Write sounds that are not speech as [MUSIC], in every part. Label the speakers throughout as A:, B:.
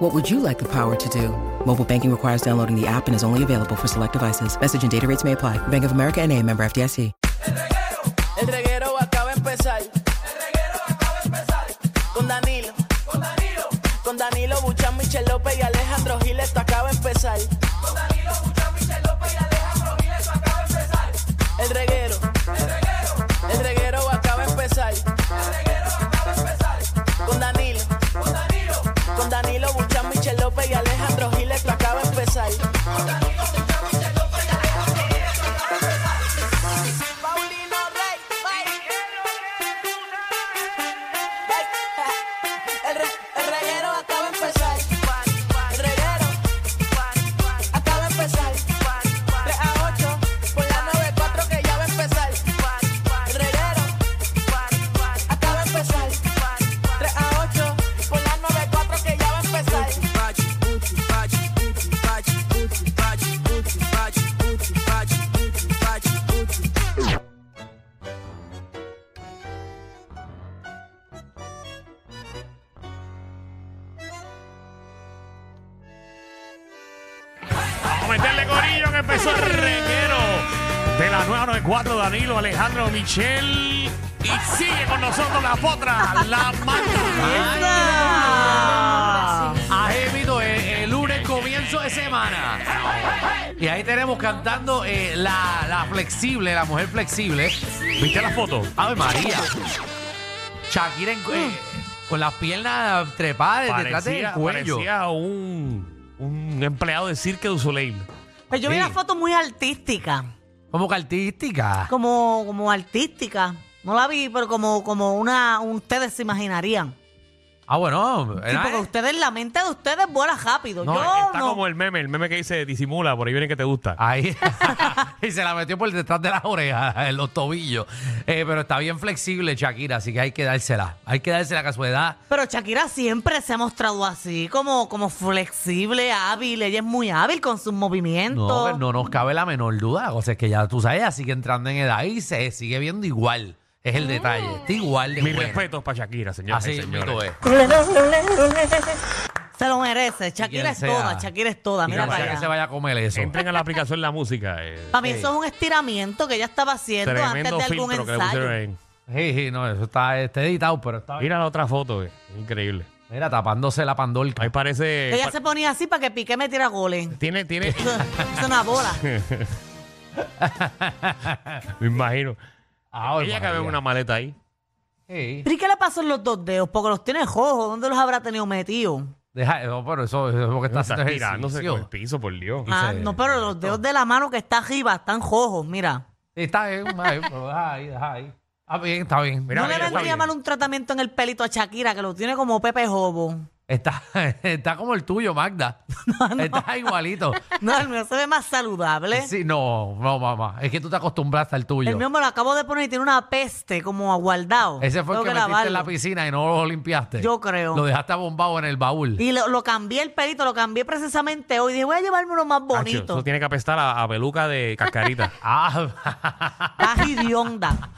A: What would you like the power to do? Mobile banking requires downloading the app and is only available for select devices. Message and data rates may apply. Bank of America and a member FDIC.
B: El reguero acaba de empezar. El reguero acaba de empezar. Con Danilo. Con Danilo. Con Danilo Buchan, Michel López y Alejandro Giles, esto acaba de empezar. Con Danilo Buchan, Michel López y Alejandro Giles, esto acaba de empezar. El reguero. El reguero. El reguero acaba de empezar. El reguero acaba de empezar. Con Danilo. Con Danilo. Con Danilo Buchan, Michel López y Alejandro Giles, esto acaba de empezar. Paulino Rey, El, re- el reguero acaba de empezar. El reguero acaba de empezar. 3 a 8 por la 94 que ya va a empezar. El reguero acaba de empezar. 3 a 8 por la 94 que ya va a empezar.
C: A meterle gorillo que empezó el reguero de la 994, Danilo, Alejandro, Michel. Y sigue con nosotros la potra, la mata.
D: Ajemito, el, eh, el lunes comienzo de semana. Y ahí tenemos cantando eh, la, la flexible, la mujer flexible.
C: ¿Viste la foto?
E: Ah,
D: Ave María. Shakira en- eh, con las piernas trepadas detrás del
C: Parecía,
D: cuello.
C: parecía un, un empleado de Cirque du Soleil.
E: Pues yo vi
D: Sí.
E: una foto muy artística,
D: Como que artística.
E: como, como artística. No la vi, pero como, como una, ustedes se imaginarían.
D: Ah, bueno.
E: Sí,
D: era-
E: porque ustedes, la mente de ustedes vuela rápido.
D: eh? No,
E: yo
C: Está
E: no. Ah,
C: como el meme, el meme que dice disimula, por ahí viene que te gusta.
D: Ahí. [LAUGHS] y se la metió por detrás de las orejas, [LAUGHS] en los tobillos. Eh, pero está bien flexible Shakira, así que hay que dársela. Hay que dársela que a su edad.
E: Pero Shakira siempre se ha mostrado así, como, como flexible, hábil. Ella es muy hábil con sus movimientos.
D: No, pues, no nos cabe la menor duda. O sea, es que ya tú sabes, ella sigue entrando en edad y se sigue viendo igual. Es el detalle. Está igual de
C: Mis
D: buena.
C: respetos para Shakira, señoras
D: Así
C: y
D: mismo
C: señores.
D: es.
E: Se lo merece. Shakira
D: quien
E: es
D: sea.
E: toda, Shakira es toda.
D: Y
E: Mira
D: no sea
E: para
D: que se
E: allá.
D: vaya a comer eso.
C: Entren a la aplicación La Música. eh,
E: Para mí
D: Sí.
E: eso es un estiramiento que ella estaba haciendo antes
C: tremendo
E: de algún
C: filtro que le
E: ensayo.
C: pusieron ahí.
D: Sí, sí, no, eso está, está editado, pero está bien.
C: Mira la otra foto, eh, increíble.
D: Mira, tapándose la pandorca.
C: Ahí parece...
E: Ella se ponía así para que Piqué me tira goles.
C: Tiene, tiene...
E: Eso- eso es una
D: [LAUGHS]
E: bola.
C: Me imagino.
D: Ay,
C: Ella
D: María.
C: cabe una maleta ahí.
D: Ah, Sí.
E: ¿Pero y qué le pasó en los dos dedos? Porque los tiene rojos. ¿Dónde los habrá tenido metidos?
D: Deja, no, pero eso, eso es porque está
C: No estás
D: haciendo
C: tirándose
D: ejercicio.
C: con el piso, por Dios.
E: Ah,
D: se-
E: no, pero los dedos de la mano que está arriba están rojos, mira.
D: Sí, Está bien, ahí, pero deja ahí, deja ahí. Está bien, está bien.
C: Mira,
E: no le
C: mira, está
E: vendría
C: bien.
E: mal un tratamiento en el pelito a Shakira, que lo tiene como Pepe Jobo.
D: Está, [LAUGHS] está como el tuyo,
E: [LAUGHS]
D: Magda. Está igualito.
E: No, el mío se ve más saludable.
D: Sí, no, no, mamá. Es que tú te acostumbraste al tuyo.
E: el mío me lo acabo de poner y tiene una peste como aguardado.
D: Ese fue el
E: Tengo
D: que, metiste en la
E: lavarlo.
D: piscina y no lo limpiaste.
E: Yo creo.
D: Lo dejaste abombado en el baúl.
E: Y lo, lo cambié el pelito, lo cambié precisamente hoy. Dije, voy a llevarme uno más
C: Acho,
E: bonito.
C: eso tiene que apestar a, a peluca de
E: [LAUGHS]
C: cascarita.
D: Ah,
E: Está
D: [LAUGHS]
E: hedionda.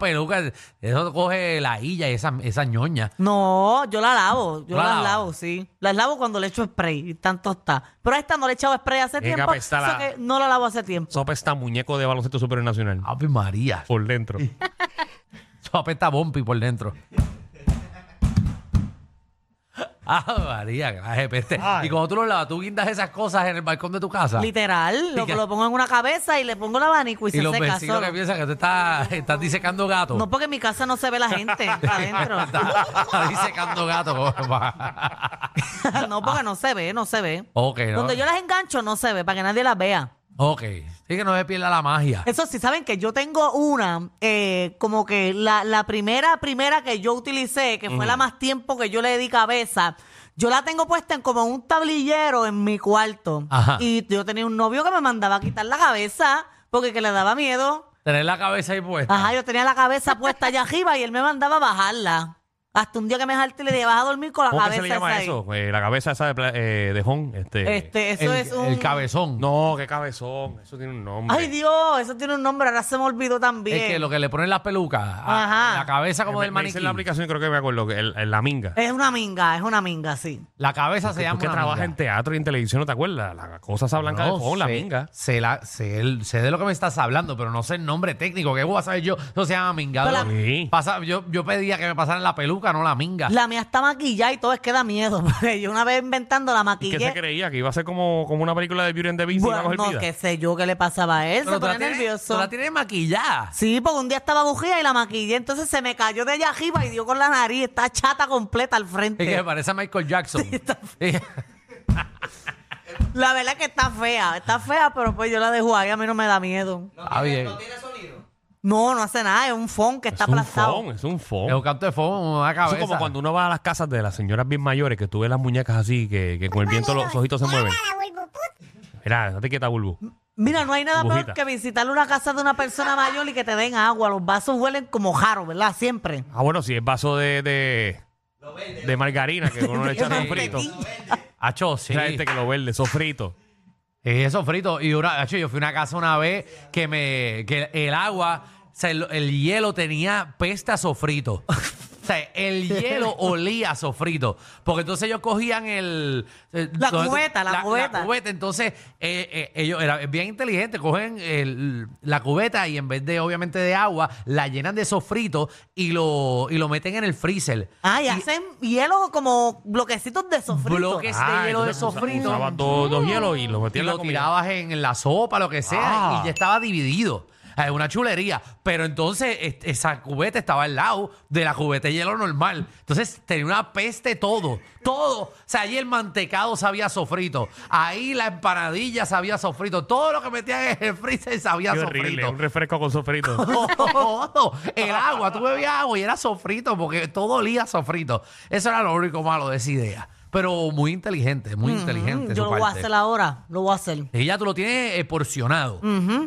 D: peluca. Eso coge la hilla y esa, esa ñoña.
E: No, yo la lavo, yo
D: ¿La
E: las
D: lava?
E: lavo, sí. Las lavo cuando le echo spray, y tanto está. Pero a esta no le he echado spray hace
C: Tiene que
E: tiempo,
C: apestar
E: so
C: la-
E: que no la lavo hace tiempo.
C: Eso apesta a muñeco de baloncesto supernacional.
D: Ave María.
C: Por dentro.
D: Eso apesta a bompi por dentro. [LAUGHS] Ah, María, que la de peste.
C: Ay.
D: Y cuando tú lo lavas, tú guindas esas cosas en el balcón de tu casa.
E: Literal, lo,
D: que-
E: lo pongo en una cabeza y le pongo el abanico y,
D: y
E: se
D: los
E: seca
D: vecinos
E: solo.
D: que piensan que tú estás, estás disecando gatos.
E: No porque en mi casa no se ve la
D: [LAUGHS]
E: gente adentro.
D: estás disecando gatos.
E: [LAUGHS] no porque no se ve, no se ve.
D: ok, ¿no?
E: Donde yo las engancho no se ve, para que nadie las vea.
D: Ok. Sí que no se pierda la magia.
E: Eso sí, saben que yo tengo una, eh, como que la, la primera, primera que yo utilicé, que fue la más tiempo que yo le di cabeza, yo la tengo puesta en como un tablillero en mi cuarto.
D: Ajá.
E: Y yo tenía un novio que me mandaba a quitar la cabeza porque que le daba miedo.
D: Tener la cabeza ahí puesta.
E: Ajá, yo tenía la cabeza puesta allá arriba y él me mandaba a bajarla. Hasta un día que me jalté le dije, vas a dormir con la
F: ¿Cómo que
E: cabeza
F: se le llama
E: esa ahí".
F: eso? Eh, la cabeza esa de, pla- eh, de Jon, Este.
E: Este, eso
D: el,
E: es un...
D: el cabezón.
F: No, qué cabezón. Eso tiene un nombre.
E: Ay, Dios, eso tiene un nombre, ahora se me olvidó también.
D: Es que lo que le ponen las pelucas. a-
E: Ajá.
D: La cabeza como
F: Me-
D: del
F: me dicen
D: maniquí.
F: la
D: La,
F: aplicación y creo que me acuerdo. que el- el- la minga.
E: Es una minga, es una minga, sí.
D: cabeza se
F: Tú
D: llama.
F: que
D: una
F: trabajas
D: amiga.
F: en teatro y en televisión, ¿no te acuerdas? La cosa esa blanca
D: No
F: de Jon, la
D: sé,
F: minga.
D: Sé, la- sé el- sé de lo que me estás hablando, pero no sé el nombre técnico. ¿Qué voy a saber yo? Eso se llama mingado.
E: Pero la-
F: Sí.
D: Pasa- yo, yo pedía que me pasaran la peluca, no la minga.
E: La mía está maquillada y todo es que da miedo. [LAUGHS] porque yo una vez inventando la
F: ¿Y qué se
E: maquillé.
F: creía? ¿Que iba a ser como, como una película de Beauty and the Beast? y iba a
E: Bueno,
F: coger vida?
E: no, qué sé yo qué le pasaba a él, se
D: tú la
E: ponía
D: tienes-
E: nervioso.
D: tú la tienes maquillada.
E: Sí, porque un día estaba bujía y la maquillé, entonces se me cayó de allá arriba y dio con la nariz, está chata completa al frente.
D: Es que parece a
E: [LAUGHS]
D: Michael Jackson.
E: La verdad es que está fea, está fea, pero pues yo la dejo ahí, a mí no me da miedo.
D: ah, bien.
E: No, no hace nada, es un fon que está
F: es un
E: aplastado.
F: fon, es un
D: Es un
F: fon.
D: canto de fondo, una
F: Eso
D: cabeza.
F: es como cuando uno va a las casas de las señoras bien mayores, que tú ves las muñecas así, que, que con el viento los ojitos se mueven. Mira, no te quieta, Bulbu.
E: Mira, no hay nada
F: Burbujita.
E: peor que visitar una casa de una persona mayor y que te den agua, los vasos huelen como jaro, ¿verdad? Siempre.
F: Ah, bueno, sí, es vaso de, de, de margarina que uno le echa
D: De
F: sofrito.
D: Acho, sí.
F: Esa gente que lo verde, sofrito.
D: Sí, Eso frito. Y una, acho, yo fui a una casa una vez que me que el agua, o sea, el, el hielo tenía pesta a sofrito. [LAUGHS] O sea, el hielo olía a sofrito. Porque entonces ellos cogían el... eh,
E: La
D: donde-
E: cubeta, la cubeta.
D: Entonces, eh, eh, ellos eran es bien inteligentes, cogen el- la cubeta y en vez de, obviamente, de agua, la llenan de sofrito y lo, y lo meten en el freezer.
E: Ah, y, hacen hielo como bloquecitos de sofrito.
D: Bloques de Este hielo de
F: Ah, entonces usa-
D: sofrito.
F: Usabas dos, dos hielos y lo
D: Y
F: metías en la
D: lo
F: comida.
D: tirabas en, en la sopa, lo que sea,
F: Ah.
D: y ya estaba dividido. Es una chulería. Pero entonces es- esa cubeta estaba al lado de la cubeta de hielo normal. Entonces tenía una peste todo. Todo. O sea, ahí el mantecado sabía a sofrito. Ahí la empanadilla sabía a sofrito. Todo lo que metían en el freezer sabía a
F: Qué
D: sofrito.
F: horrible, un refresco con sofrito.
D: [LAUGHS] Todo. El agua, tú bebías agua y era sofrito porque todo olía a sofrito. Eso era lo único malo de esa idea. Pero muy inteligente, muy inteligente.
E: Ah, Yo lo
D: su
E: voy a
D: parte.
E: hacer ahora, lo voy a hacer.
D: Y ya tú lo tienes eh, porcionado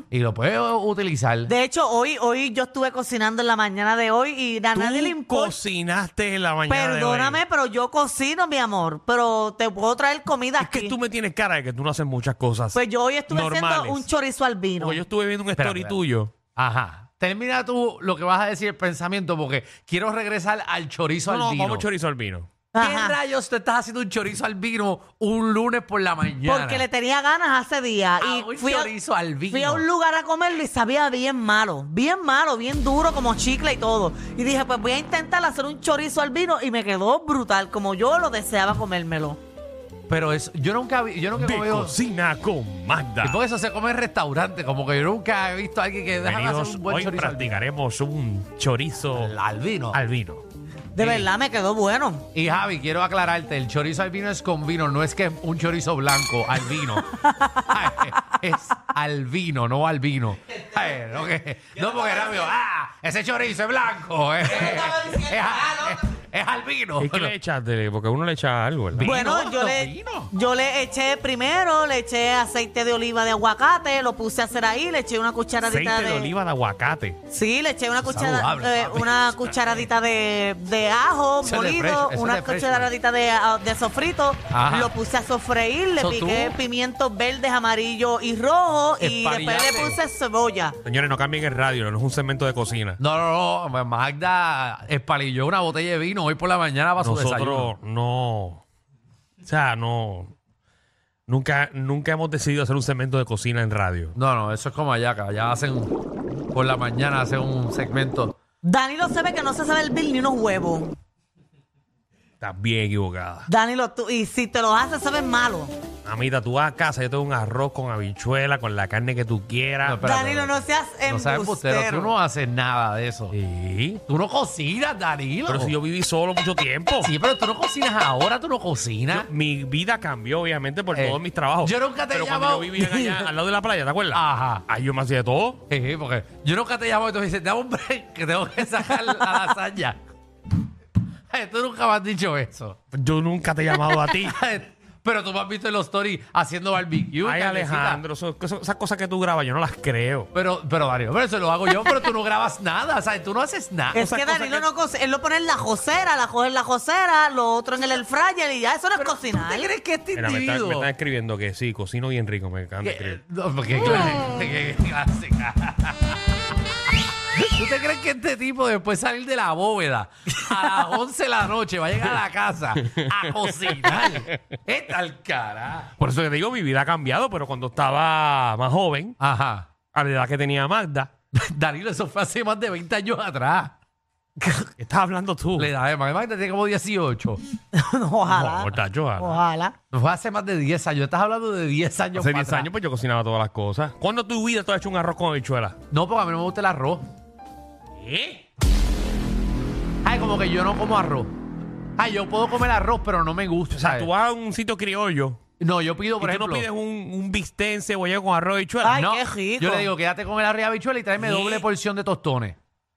D: y lo puedes eh, utilizar.
E: De hecho, hoy, hoy yo estuve cocinando en la mañana de hoy y a nadie le
F: Tú
E: importa.
F: cocinaste en la mañana de hoy.
E: Perdóname, pero yo cocino, mi amor. Pero te puedo traer comida
F: Es que
E: aquí.
F: tú me tienes cara de que tú no haces muchas cosas.
E: Pues yo hoy estuve
F: Normales.
E: haciendo un chorizo al vino.
F: Porque yo estuve viendo un
D: Espera,
F: story
D: espera.
F: tuyo.
D: Ajá. Termina tú lo que vas a decir, el pensamiento, porque quiero regresar al chorizo
F: No, no,
D: al vino.
F: vamos chorizo al vino.
D: ¿Qué
E: Ajá.
D: rayos te estás haciendo un chorizo al vino un lunes por la mañana?
E: Porque le tenía ganas hace día.
D: Ah,
E: y
D: un chorizo al vino.
E: fui a un lugar a comerlo y sabía bien malo. Bien malo, bien duro, como chicle y todo. Y dije, pues voy a intentar hacer un chorizo al vino. Y me quedó brutal, como yo lo deseaba comérmelo.
D: Pero eso, yo nunca vi, yo nunca
F: De
D: he comido-
F: cocina con Magda.
D: Y por eso se come en restaurante, como que yo nunca he visto a alguien que deja hacer
F: Bienvenidos.
D: un buen
F: Hoy
D: chorizo al vino.
F: practicaremos un chorizo
D: Al vino.
F: al vino.
E: De
D: Sí.
E: verdad me quedó bueno.
D: Y Javi, quiero aclararte, el chorizo al vino es con vino, no es que es un chorizo blanco al [LAUGHS] vino. es al vino, no al vino. Ay, no, que- no, porque era mío, ah, ese chorizo es blanco. eh, [LAUGHS] es, a- es al vino.
F: ¿Y qué le echas? de- Porque uno le echa algo, ¿verdad?
D: Vino,
E: bueno, yo
D: no,
E: le,
D: vino.
E: yo le eché primero, le eché aceite de oliva de aguacate, lo puse a hacer ahí, le eché una cucharadita
F: Aceite de oliva de aguacate.
E: Sí, le eché una, cuchara-
D: Saludable,
E: eh,
D: papi.
E: una cucharadita de, de ajo
D: Eso es de
E: molido,
D: fresh, eso
E: una
D: es de fresh,
E: cucharadita de, ah, de sofrito,
D: Ajá.
E: lo puse a sofreír, le
D: Eso
E: piqué
D: tú.
E: pimientos verdes, amarillos y rojos y después le
D: Esparillaste.
E: puse cebolla.
F: Señores, no cambien el radio, no es un segmento de cocina.
D: No, no, no, Magda espalilló una botella de vino hoy por la mañana para su desayuno.
F: Nosotros no. O sea, no. Nunca, nunca hemos decidido hacer un segmento de cocina en radio.
D: No, no, eso es como allá, acá. Allá hacen, por la mañana hacen un segmento.
E: Danilo sabe que no se sabe el bill ni unos huevos.
F: Estás bien equivocada.
E: Danilo, tú, y si te los haces, saben malo.
F: Amita, tú vas a casa, yo te doy un arroz con habichuela, con la carne que tú
D: No,
F: quieras.
D: espérate,
E: Danilo, no seas
D: No pues, sabes, embustero, tú
E: embustero.
D: no haces nada de eso.
F: Sí.
D: Tú no cocinas, Danilo.
F: Pero si yo viví solo mucho tiempo.
D: Sí, pero tú no cocinas ahora, tú no cocinas.
F: Yo- mi vida cambió, obviamente, por
D: Ah. Eh,
F: todos mis trabajos.
D: yo nunca te he
F: Pero cuando
D: llamado-
F: yo vivía
D: [LAUGHS]
F: allá, al lado de la playa, ¿te acuerdas?
D: Ajá.
F: Ahí yo me hacía de todo.
D: [LAUGHS] Sí, porque yo nunca te llamo y tú me dices, dame un break, que tengo que sacar la lasaña. [LAUGHS] Ay, tú nunca me has dicho eso. [LAUGHS]
F: Yo nunca te he llamado a ti.
D: Ay, pero tú me has visto en los stories haciendo barbecue.
F: Ay,
D: carnecita.
F: Alejandro, eso- eso- esas cosas que tú grabas yo no las creo.
D: Pero, pero Darío, pero eso lo hago yo, pero tú no grabas nada, ¿sabes? Tú no haces nada.
E: Es que Danilo no cocina. Él lo pone en la josera, la coge en la josera, lo otro en el air fryer y ya, eso no es
D: ¿Tú
E: cocinar. [LAUGHS]
D: te crees que este
F: Mira, me están, me
D: individuo...
F: están escribiendo que sí, cocino bien rico, me encanta
D: que-
F: escribir.
D: eh, no, porque
F: Ah.
D: claro, que- que- clásica. ¿Tú te crees que este tipo después de salir de la bóveda
F: [LAUGHS]
D: a las 11 de la noche va a llegar a la casa a cocinar?
F: [LAUGHS]
D: Es tal cara.
F: Por eso que te digo, mi vida ha cambiado, pero cuando estaba más joven,
D: Ajá.
F: a la edad que tenía Magda,
D: Danilo, eso fue hace más de 20 años atrás.
F: ¿qué estás hablando tú?
D: Le da, además, además, tiene como 18.
E: Ojalá.
F: No, tacho, Ana.
E: Ojalá.
D: Fue hace más de 10 años. Estás hablando de 10 años.
F: Hace
D: para
F: 10
D: atrás.
F: años pues yo cocinaba todas las cosas. ¿Cuándo en tu vida tú has hecho un arroz con habichuela?
D: No, porque a mí no me gusta el arroz.
F: ¿Eh?
D: Ay, como que yo no como arroz. Ay, yo puedo comer arroz, pero no me gusta.
F: O sea,
D: ¿sabes?
F: tú vas a un sitio criollo
D: No, yo pido,
F: y tú
D: por ejemplo.
F: no pides un, un bistec en cebollado con arroz y habichuela.
E: Ay,
D: No,
E: qué rico.
D: Yo le digo, quédate con el arroz y habichuela y tráeme
F: ¿Sí?
D: doble porción de tostones.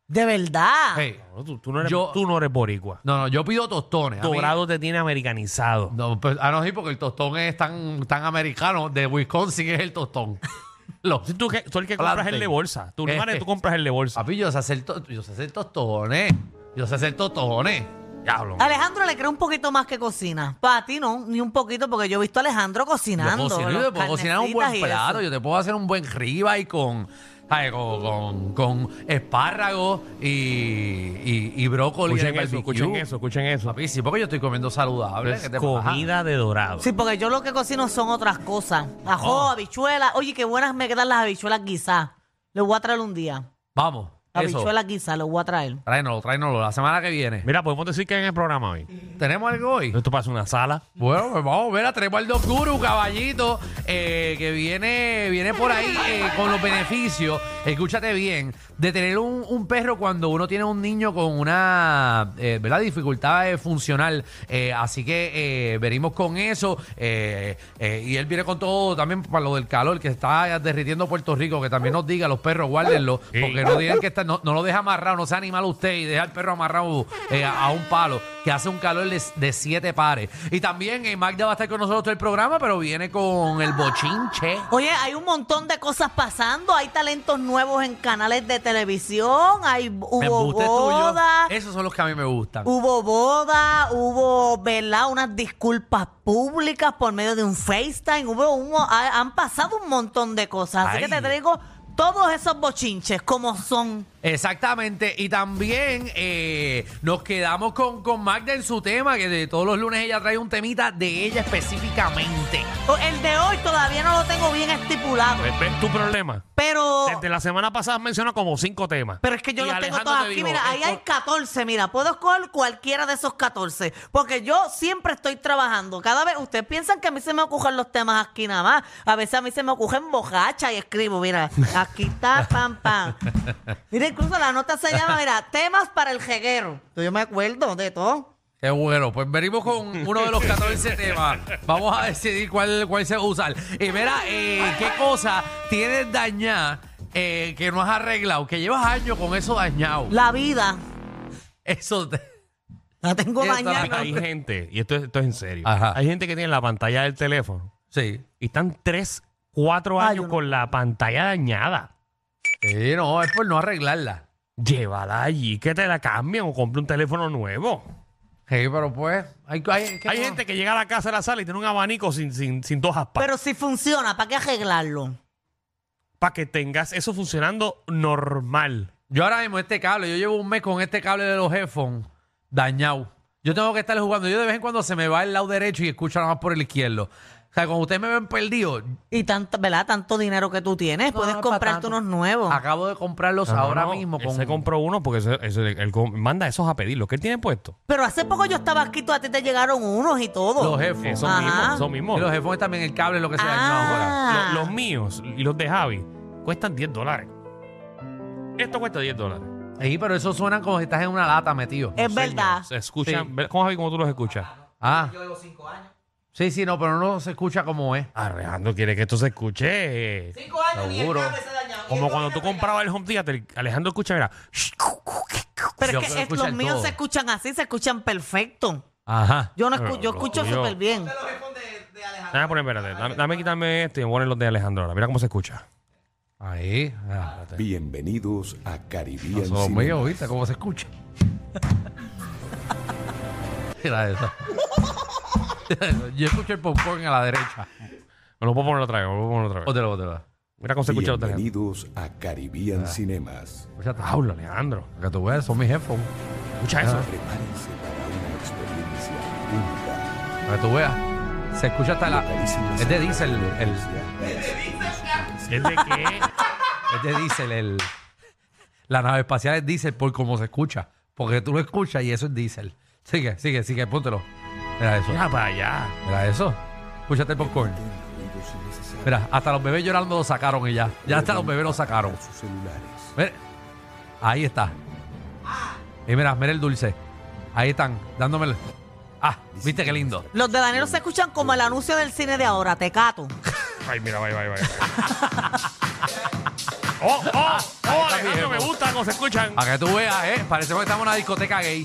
E: De verdad.
D: Hey,
F: No, tú, tú no eres,
D: Yo-
F: tú no eres boricua.
D: No, no, yo pido tostones. A mí-
F: Dorado te tiene americanizado.
D: No, pues, ah, no, sí, porque el tostón es tan, tan americano. De Wisconsin es el tostón. [LAUGHS] Lo-
F: Si tú, que- tú el que compras
D: Plantain.
F: el de bolsa. Tú,
D: Este.
F: hermano, tú compras el de bolsa.
D: Papi, yo sé hacer, to- yo sé hacer tostones. Yo sé hacer tostones.
F: Diablo.
E: Alejandro le cree un poquito más que cocina. Para ti no, ni un poquito, porque yo he visto a Alejandro
D: Yo
E: cocinando.
D: cocino, yo
E: las
D: te puedo cocinar un buen
E: carnecitas y
D: plato,
E: eso.
D: yo te puedo hacer un buen ribeye con, ay, con, con, con espárragos y, y, y brócoli en
F: Escuchen
D: el
F: eso,
D: barbecue.
F: escuchen eso, escuchen eso.
D: Papi, sí, porque yo estoy comiendo saludable.
F: Es
D: ¿qué te pasa?
F: comida de dorado.
E: Sí, porque yo lo que cocino son otras cosas.
D: Oh.
E: Ajo, habichuelas. Oye, qué buenas me quedan las habichuelas guisas. Los voy a traer un día.
D: Vamos, eso.
E: Habichuelas guisas, los voy a traer.
D: Tráenoslo, tráenoslo la semana que viene.
F: Mira, podemos decir que hay en el programa hoy.
D: ¿Tenemos algo hoy?
F: Esto pasa en una sala.
D: Bueno, pues vamos a ver a Trebaldo Guru, caballito, eh, que viene, viene por ahí eh, con los beneficios, escúchate bien, de tener un, un perro cuando uno tiene un niño con una eh, ¿verdad? dificultad eh, funcional. Eh, así que eh, venimos con eso. eh, eh, y él viene con todo también para lo del calor que está derritiendo Puerto Rico, que también nos diga, los perros, guárdenlo,
F: Sí.
D: porque no digan que está, no, no lo deja amarrado, no sea animal usted y deja al perro amarrado eh, a, a un palo, que hace un calor de, de siete pares. Y también eh, Magda va a estar con nosotros todo el programa, pero viene con el bochinche.
E: Oye, hay un montón de cosas pasando. Hay talentos nuevos en canales de televisión. Hay, hubo
D: Embuste tuyo.
E: boda.
D: Esos son los que a mí me gustan.
E: Hubo boda, hubo, ¿verdad? Unas disculpas públicas por medio de un FaceTime. Hubo un, ha- han pasado un montón de cosas. Así
D: Ay.
E: que te traigo todos esos bochinches como son.
D: Exactamente, y también eh, nos quedamos con, con Magda en su tema, que de todos los lunes ella trae un temita de ella específicamente.
E: O- El de hoy todavía no lo tengo bien estipulado.
F: ¿Ves, ves tu problema?
E: Pero,
F: Desde la semana pasada menciona como cinco temas.
E: pero es que yo
F: Y
E: los tengo
F: Alejandro
E: todos
F: te
E: aquí.
F: dijo,
E: mira, ahí
F: esto-
E: hay 14. Mira, puedo escoger cualquiera de esos 14. Porque yo siempre estoy trabajando. Cada vez, ustedes piensan que a mí se me ocurren los temas aquí nada más. A veces a mí se me ocurren bojacha y escribo. Mira, aquí
F: [LAUGHS]
E: está, pam, pam. Mira, incluso la nota se llama, mira, temas para el jeguero. Yo me acuerdo de todo.
D: Qué bueno, pues venimos con uno de los 14 temas. Vamos a decidir cuál, cuál se va a usar. Y mira, eh, ¿qué cosa tienes dañada eh, que no has arreglado? Que llevas años con eso dañado.
E: La vida.
D: Eso te-
E: La tengo
D: Esa-
E: mañana.
F: Hay gente, y esto, es- esto es en serio,
D: Ajá.
F: hay gente que tiene la pantalla del teléfono
D: Sí.
F: y están tres, cuatro
E: Ay,
F: años
E: yo no.
F: con la pantalla dañada.
D: Sí, no, es por no arreglarla.
F: Llévala allí, que te la cambien o compre un teléfono nuevo.
D: Sí, pero pues... Hay, hay- que
F: Hay
D: no-
F: gente que llega a la casa de la sala y tiene un abanico sin, sin, sin dos aspas.
E: Pero si funciona, ¿para qué arreglarlo?
F: Para que tengas eso funcionando normal.
D: Yo ahora mismo este cable, yo llevo un mes con este cable de los headphones dañado. Yo tengo que estar jugando. Yo de vez en cuando se me va el lado derecho y escucho nada más por el izquierdo. O sea, cuando ustedes me ven perdido,
E: Y tanto, ¿verdad? Tanto dinero que tú tienes, puedes
D: no es pa'
E: comprarte
D: tanto.
E: unos nuevos.
D: acabo de comprarlos
F: No, no,
D: ahora
F: no,
D: mismo.
F: Él se compró uno porque ese- ese- él com- manda esos a pedir. Lo que él tiene puesto.
E: Pero hace poco yo estaba aquí, tú a ti te llegaron unos y todo.
D: Los headphones.
F: Esos
E: Ajá.
F: mismos. Esos mismos.
D: Y los headphones también, el cable es lo que se
E: Ah.
D: dañó ahora.
E: Ah.
F: Lo- los míos y los de Javi cuestan 10 dólares. Esto cuesta 10 dólares.
D: Sí, pero eso suena como si estás en una lata metido.
E: es verdad.
F: Se escuchan.
D: Sí.
F: ve- ¿Cómo Javi, cómo tú los escuchas?
D: Ah. Yo los cinco años. Sí, sí, no, pero no se escucha como es.
F: Alejandro quiere que esto se escuche.
D: Seguro.
F: Como cuando tú comprabas el Home Theater, Alejandro escucha, mira.
E: Pero
D: Yo
E: es
D: creo que
E: que es-
D: escuchan
E: los míos
D: todo.
E: se escuchan así, se escuchan perfecto.
D: Ajá.
E: Yo no escu-
F: Pero
E: yo
F: los
E: escucho
F: tuyos-
E: súper bien.
F: Déjame poner, espérate. Dame, dame quitarme esto y poner los de Alejandro ahora. Mira cómo se escucha. Ahí. Ah, espérate.
G: Bienvenidos a Caribbean
D: Son
G: Cinema.
D: míos, ¿viste? ¿Cómo se [LAUGHS] escucha? Mira eso. [LAUGHS] Mira eso. Yo escucho el popcorn a la derecha.
F: Me lo puedo poner otra vez, me lo puedo poner otra vez.
D: Bótelo, bótelo.
F: Mira cómo se escucha los de Alejandro.
G: Bienvenidos a Caribbean Cinemas.
D: Escucha,
F: Pablo, Alejandro.
D: que tú veas, son mis headphones.
F: Escucha eso.
G: Prepárense para una experiencia única.
D: Para que tú veas. Se escucha hasta la. Es de Diesel. El,
F: ¿Es de qué?
D: es de Diesel. El, la nave espacial es Diesel por cómo se escucha. Porque tú lo escuchas y eso es Diesel. Sigue, sigue, sigue. Póntelo. Mira eso.
F: Mira para allá.
D: Mira eso. Escúchate el popcorn. Mira, hasta los bebés llorando lo sacaron y ya. Ya hasta los bebés lo sacaron.
G: Sus celulares.
D: Mira, ahí está. Y mira, mira el dulce. Ahí están, dándome el- Ah, viste qué lindo.
E: Los de Danilo se escuchan como el anuncio del cine de ahora, Tecato.
F: Ay, mira, vaya, vaya, vaya.
C: ¡Oh, oh, oh! Alejandro, me gusta cómo se escuchan.
D: Para que tú veas, ¿eh? Parece que estamos en una discoteca gay.